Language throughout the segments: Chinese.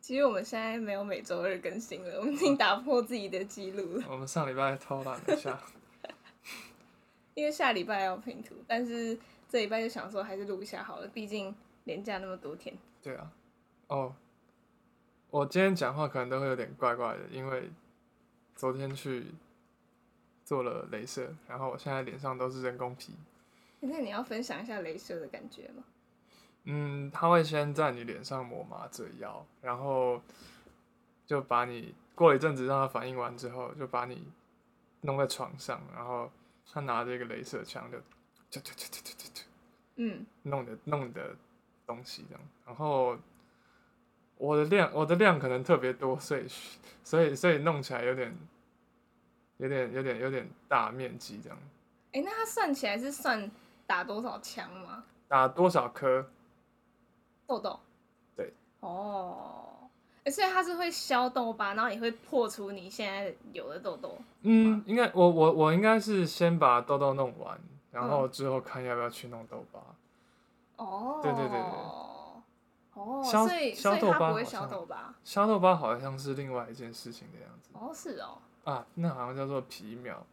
其实我们现在没有每周二更新了，我们已嗯经打破自己的记录了，我们上礼拜偷懒了一下，因为下礼拜要拼图，但是这礼拜就想说还是录一下好了，毕竟连假那么多天。对啊，哦，我今天讲话可能都会有点怪怪的，因为昨天去做了镭射，然后我现在脸上都是人工皮，那你要分享一下镭射的感觉吗？嗯，他会先在你脸上抹麻醉药，然后就把你过了一阵子让他反应完之后，就把你弄在床上，然后他拿着一个镭射枪就，就就就就就就就嗯，弄的弄的东西这样。然后我的量我的量可能特别多，所以所以所以弄起来有点有点有点有点大面积这样。哎、那它算起来是算打多少枪吗？打多少颗？痘痘？对。哦，诶所以它是会消痘疤，然后也会破除你现在有的痘痘。嗯，应该我我我应该是先把痘痘弄完，然后之后看要不要去弄痘疤。哦。对对对对哦，消所以消所以痘它疤不会好消像痘疤。消痘疤好像是另外一件事情的样子哦，是哦。啊，那好像叫做皮秒。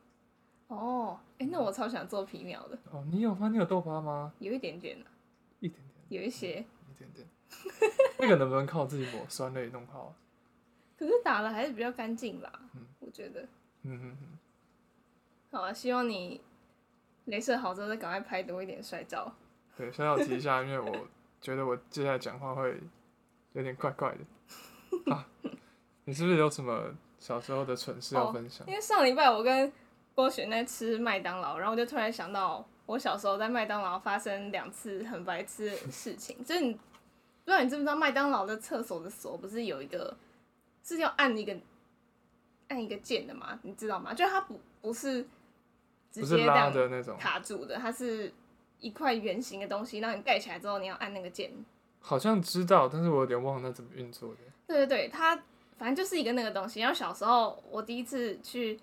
哦，哎、那我超想做皮秒的，哦，你有吗？你有痘疤吗？有一点点、啊，一点点，有一些，一点点。那个能不能靠自己抹酸类弄好啊？可是打了还是比较干净啦，嗯我觉得。嗯哼哼，好啊，希望你镭射好之后再赶快拍多一点帅照。对，现在要提一下，因为我觉得我接下来讲话会有点怪怪的。啊，你是不是有什么小时候的蠢事要哦分享？因为上礼拜我跟郭璇在吃麦当劳，然后我就突然想到，我小时候在麦当劳发生两次很白痴的事情。就是你不知道你知不知道，麦当劳的厕所的锁不是有一个是要按一个按一个键的吗？你知道吗？就它不不是直接不是这拉样的那种，卡住的，它是一块圆形的东西，让你盖起来之后，你要按那个键。好像知道，但是我有点忘了它怎么运作的。对对对，它反正就是一个那个东西。然后小时候我第一次去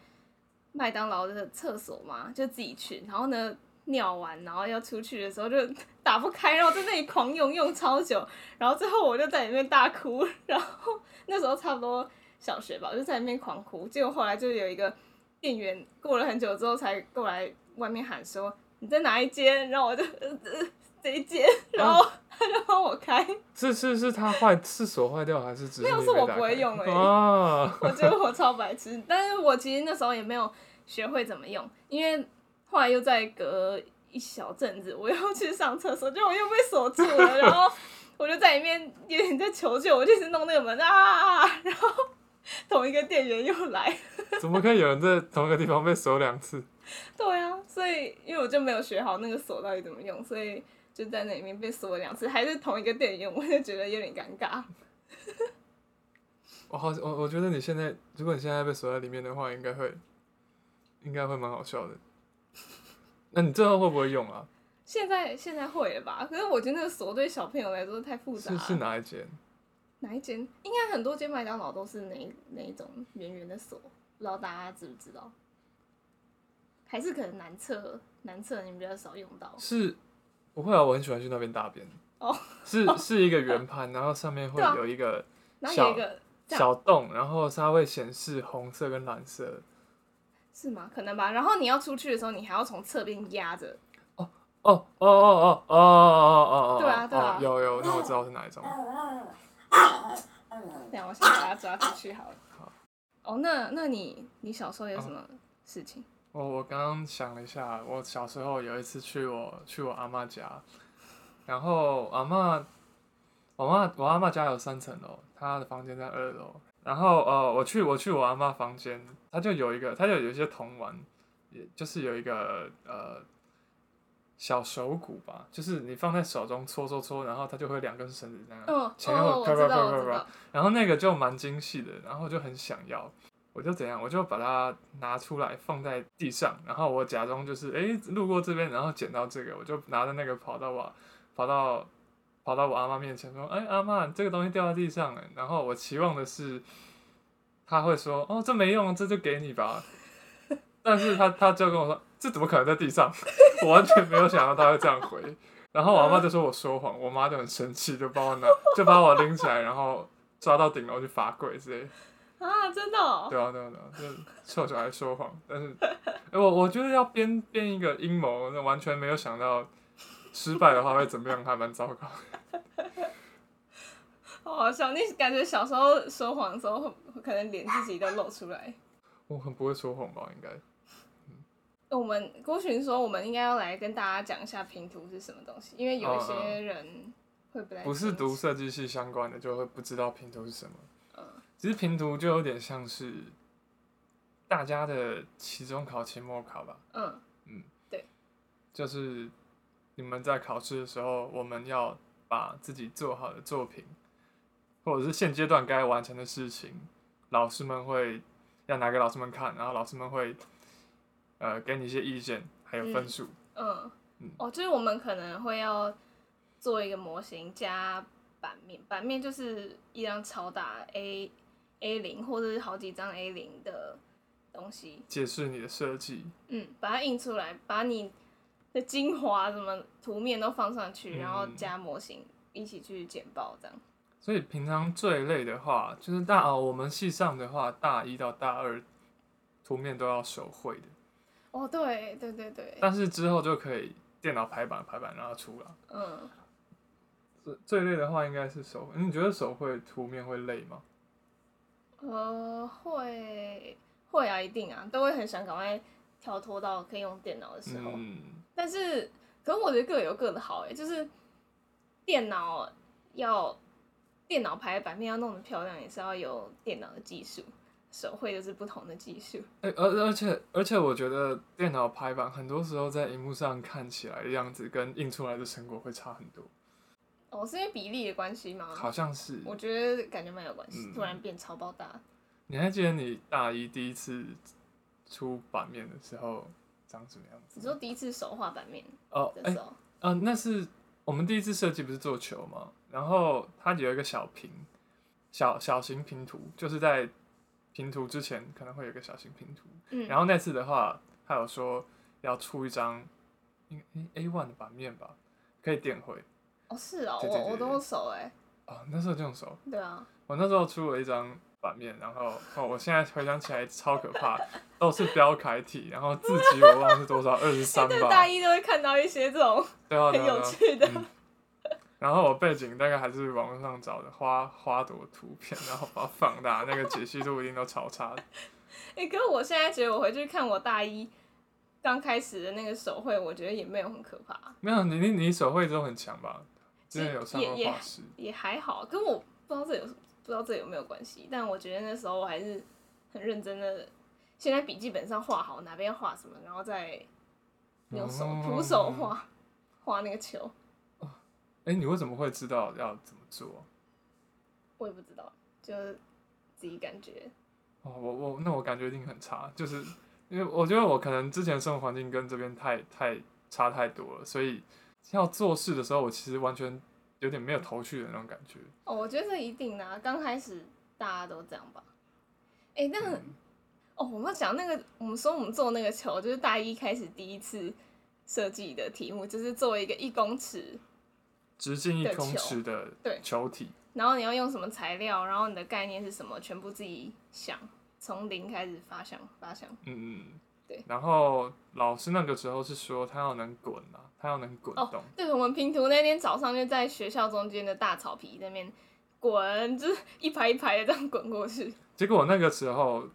麦当劳的厕所嘛，就自己去，然后呢尿完，然后要出去的时候就打不开，然后在那里狂用用超久，然后最后我就在里面大哭， 然后那时候差不多小学吧，我就在里面狂哭，结果后来就有一个店员过了很久之后才过来外面喊说你在哪一间，然后我就呃呃这一间，然后他就帮我开。是是是它坏是锁坏掉还是只是没有你是我打不会开用而已 啊？我觉得我超白痴，但是我其实那时候也没有学会怎么用，因为后来又再隔一小阵子，我又去上厕所，就我又被锁住了，啊然后我就在里面有点在求救，我就一直弄那个门啊啊，啊然后同一个店员又来，怎么可以有人在同一个地方被锁两次？对啊，所以因为我就没有学好那个锁到底怎么用，所以就在那里面被锁了两次，还是同一个店员，我就觉得有点尴尬。我好我我觉得你现在，如果你现在被锁在里面的话，应该会应该会蛮好笑的。那你最后会不会用啊？现在现在会了吧？可是我觉得那个锁对小朋友来说太复杂是了。是哪一间？哪一间？应该很多间麦当劳都是哪一哪一种圆圆的锁，不知道大家知不知道？还是可能南侧南侧你们比较少用到。是不会啊，我很喜欢去那边大便。哦，是是一个圆盘，然后上面会对啊有一个然后有一个这样小洞，然后它会显示红色跟蓝色。是吗？可能吧。然后你要出去的时候，你还要从侧边压着。哦哦哦哦哦哦哦哦！对啊对啊哦有有，那我知道是哪一种。这样，我想把它抓出去好了。好。哦，那那你你小时候有什么事情？哦我我刚刚想了一下，我小时候有一次去我去我阿妈家，然后阿妈，我妈我阿妈家有三层楼，她的房间在二楼。然后呃，我去我去我阿妈房间，她就有一个，她就有一些铜玩，也就是有一个呃小手鼓吧，就是你放在手中搓搓搓，然后它就会两根绳子这样，嗯，哦，前后我啪知啪道，啪我啪知啪道。然后那个就蛮精细的，然后就很想要，我就怎样，我就把它拿出来放在地上，然后我假装就是诶路过哎这边，然后捡到这个，我就拿着那个跑到我跑到跑到我阿妈面前说，哎、阿妈，这个东西掉在地上了。然后我期望的是，他会说哦这没用，这就给你吧。 但是他他就跟我说，这怎么可能在地上？我完全没有想到他会这样回。然后我阿妈就说我说谎，我妈就很生气，就把我拿就把我拎起来，然后抓到顶楼去罚跪之类的。啊，真的、哦，对啊，对啊，对啊，就是臭小孩说谎，但是，哎，我我觉得要编编一个阴谋，那完全没有想到失败的话会怎么样，还蛮糟糕。好好笑。你感觉小时候说谎的时候，可能连自己都露出来。我很不会说谎吧？应该哎我们郭群说，我们应该要来跟大家讲一下拼图是什么东西，因为有一嗯些嗯人会不太不是清楚读设计系相关的，就会不知道拼图是什么。嗯其实拼图就有点像是大家的期中考、期末考吧，嗯就是你们在考试的时候，我们要把自己做好的作品，或者是现阶段该完成的事情，老师们会要拿给老师们看，然后老师们会呃给你一些意见，还有分数。嗯嗯哦，就是我们可能会要做一个模型加版面，版面就是一张超大 A A 零或者是好几张 A 零的东西，解释你的设计，嗯，把它印出来，把你的精华什么图面都放上去，然后嗯加模型一起去剪报这样。所以平常最累的话，就是大、哦、我们系上的话，大一到大二图面都要手绘的，哦，对对对对，但是之后就可以电脑排版排版让它出了。嗯，最最累的话应该是手绘，你觉得手绘图面会累吗？呃，会会啊，一定啊，都会很想赶快跳脱到可以用电脑的时候。嗯，但是，可是我觉得各有各的好哎、就是电脑要电脑排版面要弄得漂亮，也是要有电脑的技术，手绘就是不同的技术。哎、而而且而且，我觉得电脑排版很多时候在荧幕上看起来的样子，跟印出来的成果会差很多，哦，是因为比例的关系吗？好像是。嗯我觉得感觉蛮有关系，嗯突然变超爆大。你还记得你大一第一次出版面的时候长什么样子你吗？说第一次手画版面哦，哎、的时候，嗯、那是我们第一次设计不是做球吗？然后它有一个小屏，小小型拼图，就是在拼图之前可能会有一个小型拼图。嗯，然后那次的话，他有说要出一张应 A one 的版面吧，可以点回哦是哦，对对我我对都用手哎、啊、那时候就用手，对啊，我那时候出了一张版面，然后哦，我现在回想起来超可怕，都是标楷体，然后字级我忘了是多少，二十三哎 对吧，大一都会看到一些这种对啊，很对啊，对有啊趣的，嗯然后我背景大概还是网络上找的花花朵图片，然后把它放大，那个解析度一定都超差。 哎、可是我现在觉得我回去看我大一刚开始的那个手绘，我觉得也没有很可怕，没有你你你手绘都很强吧？之前有上也过也画室，也还好。跟我不知道这有不知道这有没有关系，但我觉得那时候我还是很认真的，先在笔记本上画好哪边画什么，然后再用手哦徒手画画那个球，哎、你为什么会知道要怎么做啊？我也不知道，就是自己感觉。哦，我我那我感觉一定很差，就是因为我觉得我可能之前生活环境跟这边太太差太多了，所以要做事的时候，我其实完全有点没有头绪的那种感觉。哦，我觉得这一定的、啊，刚开始大家都这样吧。哎、那个、嗯哦，我们讲那个，我们说我们做那个球，就是大一开始第一次设计的题目，就是做一个一公尺，直径一的公球尺的对球体，然后你要用什么材料，然后你的概念是什么，全部自己想，从零开始发想发想。嗯嗯，对。然后老师那个时候是说他要能滚啊，他要能滚哦动。对，我们拼图那天早上就在学校中间的大草皮那边滚，就是一排一排的这样滚过去。结果那个时候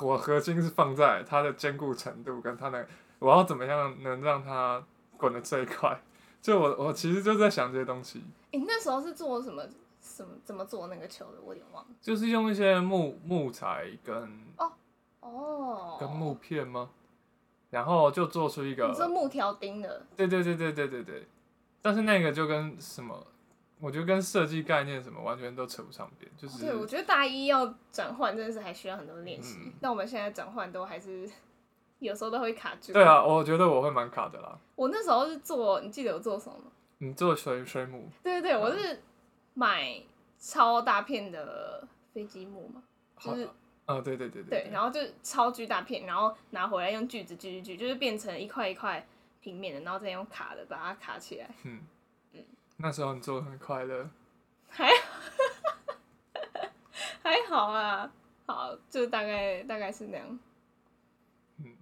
我核心是放在它的坚固程度跟它的我要怎么样能让它滚得最快。就我 我其实就在想这些东西，哎、那时候是做什么什么怎么做那个球的，我有点忘了。就是用一些木木材跟哦，跟木片吗？然后就做出一个你说木条钉的，对对对对对对对，但是那个就跟什么，我觉得跟设计概念什么完全都扯不上边，就哦对我是觉得大一要转换真的是还需要很多练习嗯。那、我们现在转换都还是有时候都会卡住。对，啊，我觉得我会蛮卡的啦。我那时候是做，你记得我做什么吗？你做水水母对对对，嗯我是买超大片的飞机木嘛，好，就是啊，对对对对对，然后就超巨大片，然后拿回来用锯子锯锯锯，就是变成一块一块平面的，然后再用卡的把它卡起来。嗯，那时候你做的很快乐，还 还好啦，好，就大概大概是那样。嗯，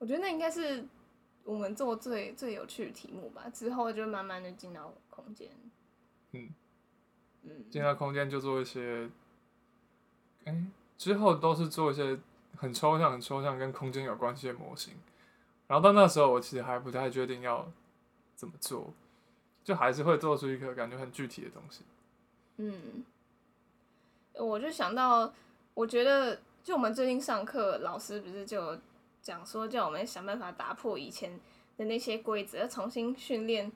我觉得那应该是我们做最最有趣的题目吧。之后就慢慢的进到空间。嗯嗯，进到空间就做一些，哎、之后都是做一些很抽象、很抽象跟空间有关系的模型。然后到那时候，我其实还不太确定要怎么做，就还是会做出一个感觉很具体的东西。嗯，我就想到，我觉得就我们最近上课，老师不是就有讲说，叫我们想办法打破以前的那些规则，要重新训练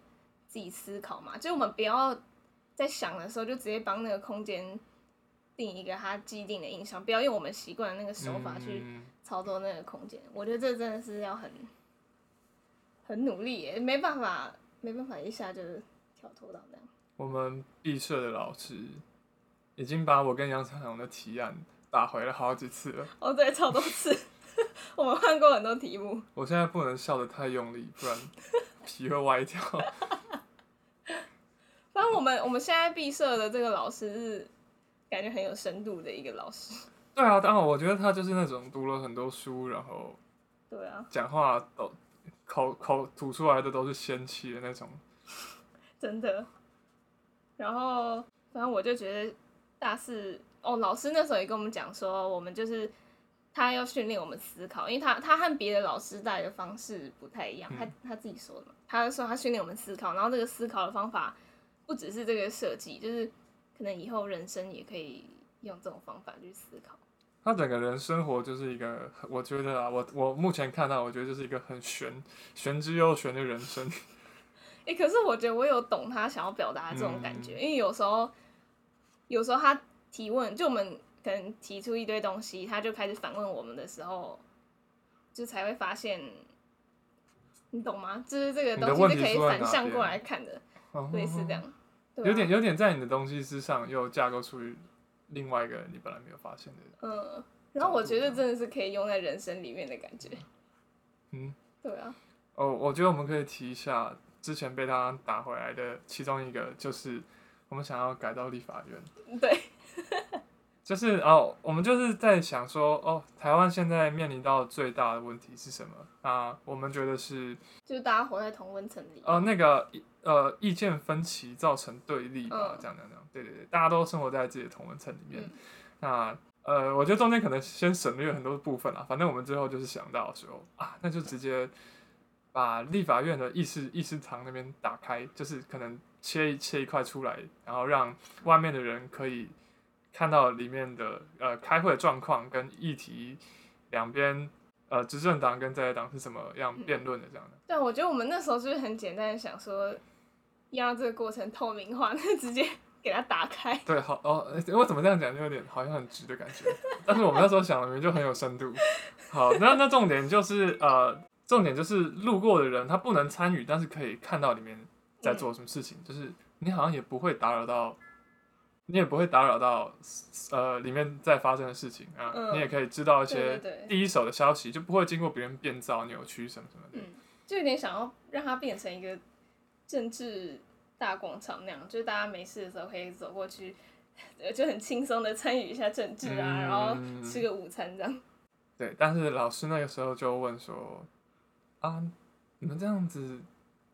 自己思考嘛。就我们不要在想的时候就直接帮那个空间定一个它既定的印象，不要用我们习惯的那个手法去嗯操作那个空间。我觉得这真的是要很很努力耶，没办法，没办法一下就跳脱到那样。我们毕设的老师已经把我跟杨长龙的提案打回了好几次了。哦，对，超多次， 我们换过很多题目。我现在不能笑得太用力，不然皮会歪掉。 反正我们我们现在毕设的这个老师是感觉很有深度的一个老师。对啊，当然，我觉得他就是那种读了很多书，然后对啊，讲话都口口吐出来的都是仙气的那种。真的。然后，反正我就觉得大四哦，老师那时候也跟我们讲说，我们就是他要训练我们思考，因为他他和别的老师带的方式不太一样，嗯他他自己说的嘛，他说他训练我们思考，然后这个思考的方法不只是这个设计，就是可能以后人生也可以用这种方法去思考。他整个人生活就是一个，我觉得啊，我我目前看到，我觉得就是一个很玄玄之又玄的人生。 哎、可是我觉得我有懂他想要表达的这种感觉，嗯因为有时候，有时候他提问，就我们可能提出一堆东西，他就开始反问我们的时候，就才会发现，你懂吗？就是这个你的东问西题是可以出在哪反向过边来看的，哦类似这样，对啊有点有点在你的东西之上又架构出另外一个你本来没有发现的。嗯。然后我觉得真的是可以用在人生里面的感觉，嗯，对啊，哦，我觉得我们可以提一下之前被他打回来的其中一个，就是我们想要改造立法院。对，就是哦，我们就是在想说，哦，台湾现在面临到最大的问题是什么？啊，我们觉得是就是大家活在同温层里，呃那个呃意见分歧造成对立吧，嗯这样这样这样，对对对，大家都生活在自己的同文层里面。嗯那呃，我觉得中间可能先省略很多部分啦，反正我们最后就是想到说啊，那就直接把立法院的议事议事堂那边打开，就是可能切一切一块出来，然后让外面的人可以看到里面的呃开会的状况跟议题两边呃执政党跟在野党是怎么样嗯辩论的这样的。对，我觉得我们那时候就是很简单的想说，要让这个过程透明化， 那直接给它打开。对，好哦，诶我怎么这样讲就有点好像很直的感觉，但是我们那时候想的明明就很有深度。好，那那重点就是呃，重点就是路过的人他不能参与，但是可以看到里面在做什么事情，就是你好像也不会打扰到，你也不会打扰到呃里面在发生的事情啊，嗯你也可以知道一对对些对，第一手的消息，就不会经过别人变造、扭曲什么什么的。嗯，就有点想要让它变成一个政治大广场那样，就是大家没事的时候可以走过去，呃就很轻松的参与一下政治啊，嗯然后吃个午餐这样。对，但是老师那个时候就问说：“啊，你们这样子，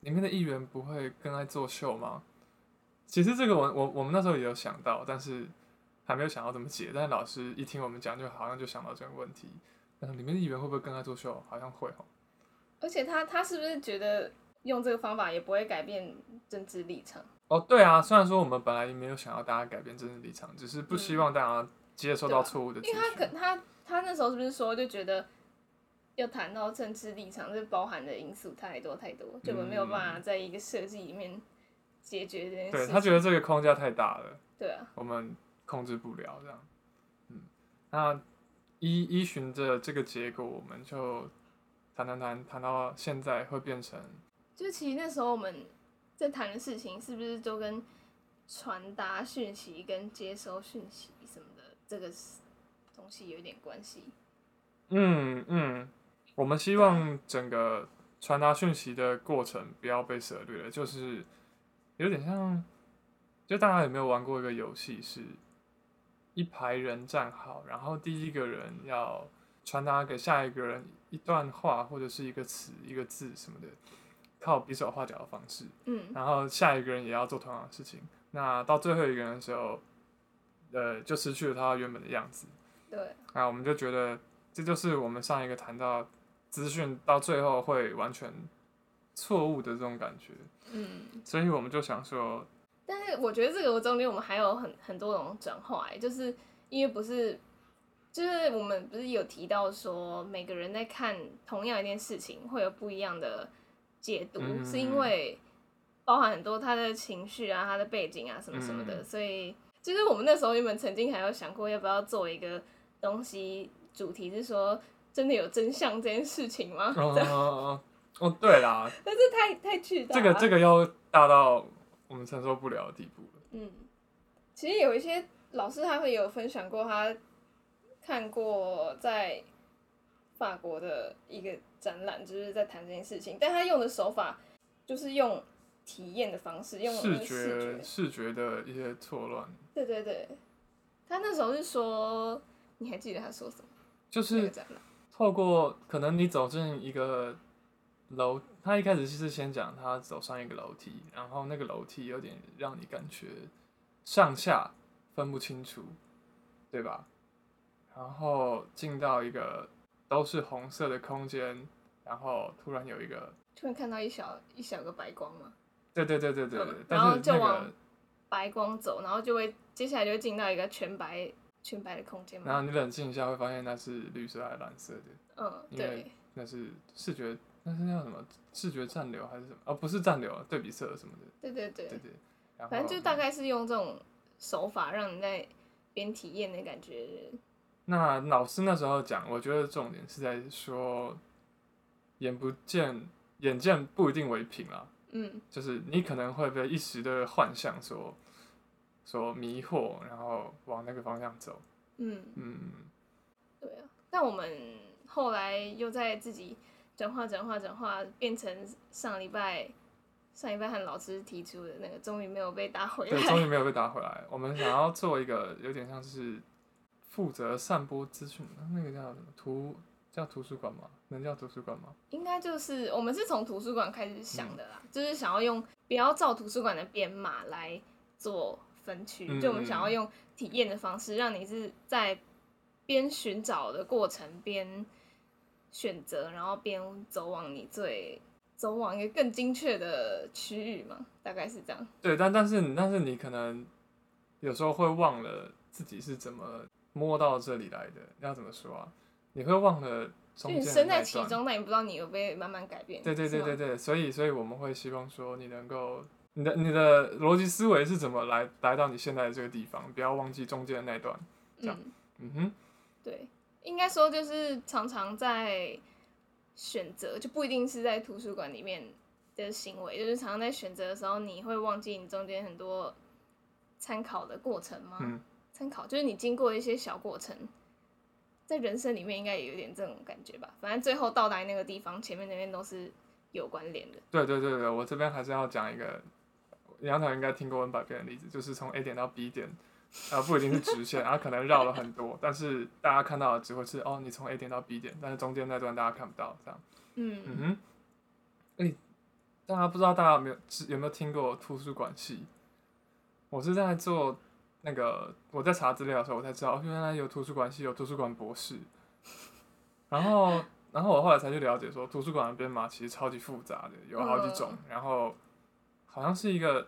里面的议员不会更爱作秀吗？”其实这个我我我们那时候也有想到，但是还没有想到怎么解。但是老师一听我们讲，就好像就想到这个问题。但是里面的议员会不会更爱作秀？好像会哦。而且他他是不是觉得用这个方法也不会改变政治立场？哦，对啊，虽然说我们本来也没有想要大家改变政治立场，只是不希嗯望大家接受对到啊错误的资因为他可讯。他他那时候是不是说就觉得要谈到政治立场，这包含的因素太多太多，就我们没有办法在一个设计里面解决这件事嗯对情。他觉得这个框架太大了。对啊，我们控制不了这样。嗯，那依依循着这个结果，我们就谈谈谈谈到现在会变成，就其实那时候我们在谈的事情，是不是都跟传达讯息、跟接收讯息什么的这个东西有一点关系？嗯嗯，我们希望整个传达讯息的过程不要被省略了，就是有点像，就大家有没有玩过一个游戏是？一排人站好，然后第一个人要传达给下一个人一段话或者是一个词、一个字什么的，靠比手画脚的方式。嗯，然后下一个人也要做同样的事情。那到最后一个人的时候，呃，就失去了他原本的样子。对，啊那我们就觉得这就是我们上一个谈到资讯到最后会完全错误的这种感觉，嗯，所以我们就想说，但是我觉得这个中间我们还有很很多种转化、欸，就是因为不是，就是我们不是有提到说每个人在看同样一件事情会有不一样的解读，嗯是因为包含很多他的情绪啊、他的背景啊什么什么的，嗯所以就是我们那时候原本曾经还有想过要不要做一个东西，主题是说真的有真相这件事情吗？ 哦哦哦，哦对啦，但是太太巨大这了，个这个要大到我们承受不了的地步了。嗯，其实有一些老师他会有分享过，他看过在法国的一个展览，就是在谈这件事情，但他用的手法就是用体验的方式，用视视觉视觉的一些错乱，对对对。他那时候是说，你还记得他说什么？就那个是展览，透过可能你走进一个楼，他一开始是先讲他走上一个楼梯，然后那个楼梯有点让你感觉上下分不清楚，对吧？然后进到一个都是红色的空间，然后突然有一个，突然看到一小一小个白光嘛，对对对对对，对嗯但然后是就那往个，白光走，然后就会接下来就会进到一个全白全白的空间然后嘛。你冷静一下会发现那是绿色还是蓝色的。嗯，因为对，那是视觉，那是叫什么？视觉暂留还是什么？啊，不是暂留，啊，对比色什么的，对对对对。对。然后反正就大概是用这种手法让你在边体验的感觉。那老师那时候讲，我觉得重点是在说，眼不见眼见不一定为凭啦，嗯，就是你可能会被一时的幻象所所迷惑，然后往那个方向走。嗯，嗯，对啊。但我们后来又在自己转化、转化、转化，变成上礼拜上礼拜和老师提出的那个，终于没有被打回 对，终来。于没有被打回来。我们想要做一个有点像是负责散播资讯，那个叫什么图叫图书馆吗？能叫图书馆吗？应该就是我们是从图书馆开始嗯想的啦，就是想要用不要照图书馆的编码来做分区，嗯就我们想要用体验的方式，让你是在边寻找的过程边选择，然后边走往你最走往一个更精确的区域嘛，大概是这样。对，但但是但是你可能有时候会忘了自己是怎么摸到这里来的，要怎么说啊？你会忘了就中你间的身那在一其段中，但你不知道你有被慢慢改变。对对对是对吗，对，所以所以我们会希望说你能够你的你的逻辑思维是怎么来来到你现在的这个地方，不要忘记中间的那一段。这样嗯。嗯哼，对，应该说就是常常在选择，就不一定是在图书馆里面的行为，就是常常在选择的时候，你会忘记你中间很多参考的过程吗？嗯参考就是你经过一些小过程，在人生里面应该也有点这种感觉吧。反正最后到达那个地方，前面那边都是有关联的。对对对对，我这边还是要讲一个杨导应该听过 N 百遍的例子，就是从 A 点到 B 点，啊、不一定是直线，然后可能绕了很多，但是大家看到的只会是哦，你从 A 点到 B 点，但是中间那段大家看不到，这样。嗯嗯，哼，哎、大家不知道大家有没有知有没有听过图书馆系？我是在做那个我在查资料的时候，我才知道哦原来有图书馆系，有图书馆博士。然后，然后我后来才去了解说，图书馆的编码其实超级复杂的，有好几嗯种。然后，好像是一个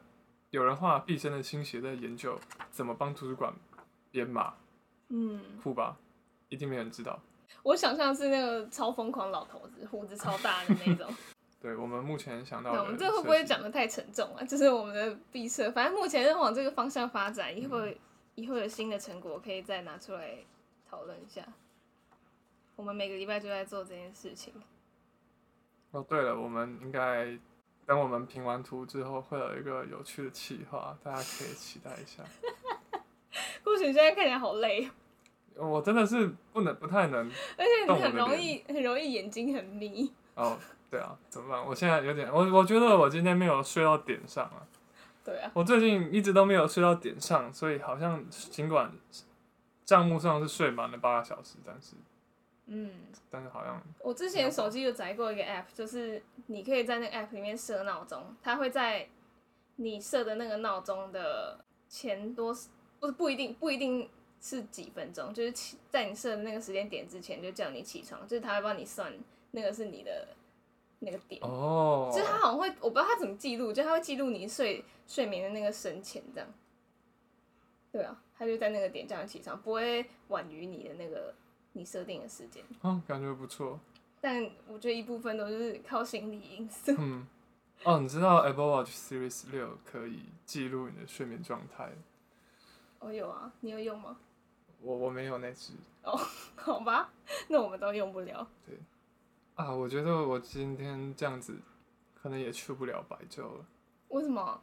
有人花了毕生的心血在研究怎么帮图书馆编码，嗯，酷吧？一定没有人知道。我想象是那个超疯狂老头子，胡子超大的那种。对我们目前想到的那设我计，们这会不会讲的太沉重啊？就是我们的毕设，反正目前是往这个方向发展，以后嗯以后有新的成果可以再拿出来讨论一下。我们每个礼拜就在做这件事情，哦，对了，我们应该等我们评完图之后，会有一个有趣的企划，大家可以期待一下。顾许现在看起来好累，我真的是不能不太能而且动我很的容易很容易眼睛很迷。哦，对啊，怎么办？我现在有点，我我觉得我今天没有睡到点上啊，对啊，我最近一直都没有睡到点上，所以好像尽管账目上是睡满了八个小时，但是嗯，但是好像我之前手机有载过一个 app，就是你可以在那个 app 里面设闹钟，它会在你设的那个闹钟的前多不是不一定不一定是几分钟，就是起在你设的那个时间点之前就叫你起床，就是它会帮你算那个是你的那个点。哦，就是啊它好像会，我不知道它怎么记录，就它会记录你睡睡眠的那个深浅这样。对啊，它就在那个点叫你起床，不会晚于你的那个你设定的时间。嗯，感觉不错。但我觉得一部分都是靠心理因素。 嗯，哦，你知道 Apple Watch Series 六可以记录你的睡眠状态？我、有啊，你有用吗？我我没有那只好吧，那我们都用不了。啊，我觉得我今天这样子，可能也去不了白昼了，为什么？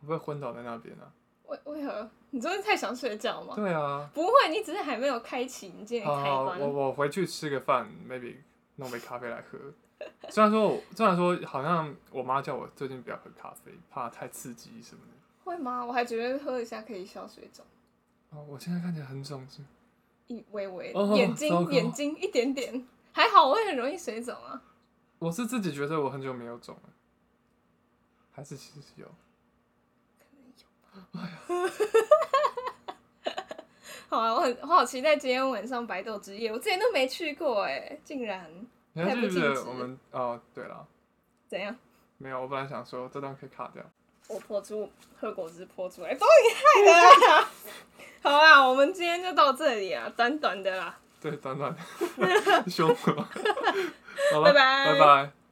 会不会昏倒在那边啊？为为何？你真的太想睡觉吗？对啊，不会，你只是还没有开启你今天好的开好，关。我我回去吃个饭，maybe 弄杯咖啡来喝。虽然说我，虽然说好像我妈叫我最近不要喝咖啡，怕太刺激什么的。会吗？我还觉得喝一下可以消水肿，哦，我现在看起来很肿是吗？一微微、哦眼睛糟糕眼睛一点点，还好我也很容易水肿啊。我是自己觉得我很久没有肿了，还是其实有。好啊，我很我好期待今天晚上白昼之夜，我之前都没去过哎、竟然你还太不记尽得职我们哦？对了，怎样？没有，我本来想说这段可以卡掉。我泼出喝果汁泼出来，哎终于害了啦！啊好啦，我们今天就到这里啊，短短的啦。 对，短短的，凶我。好了，拜拜拜拜。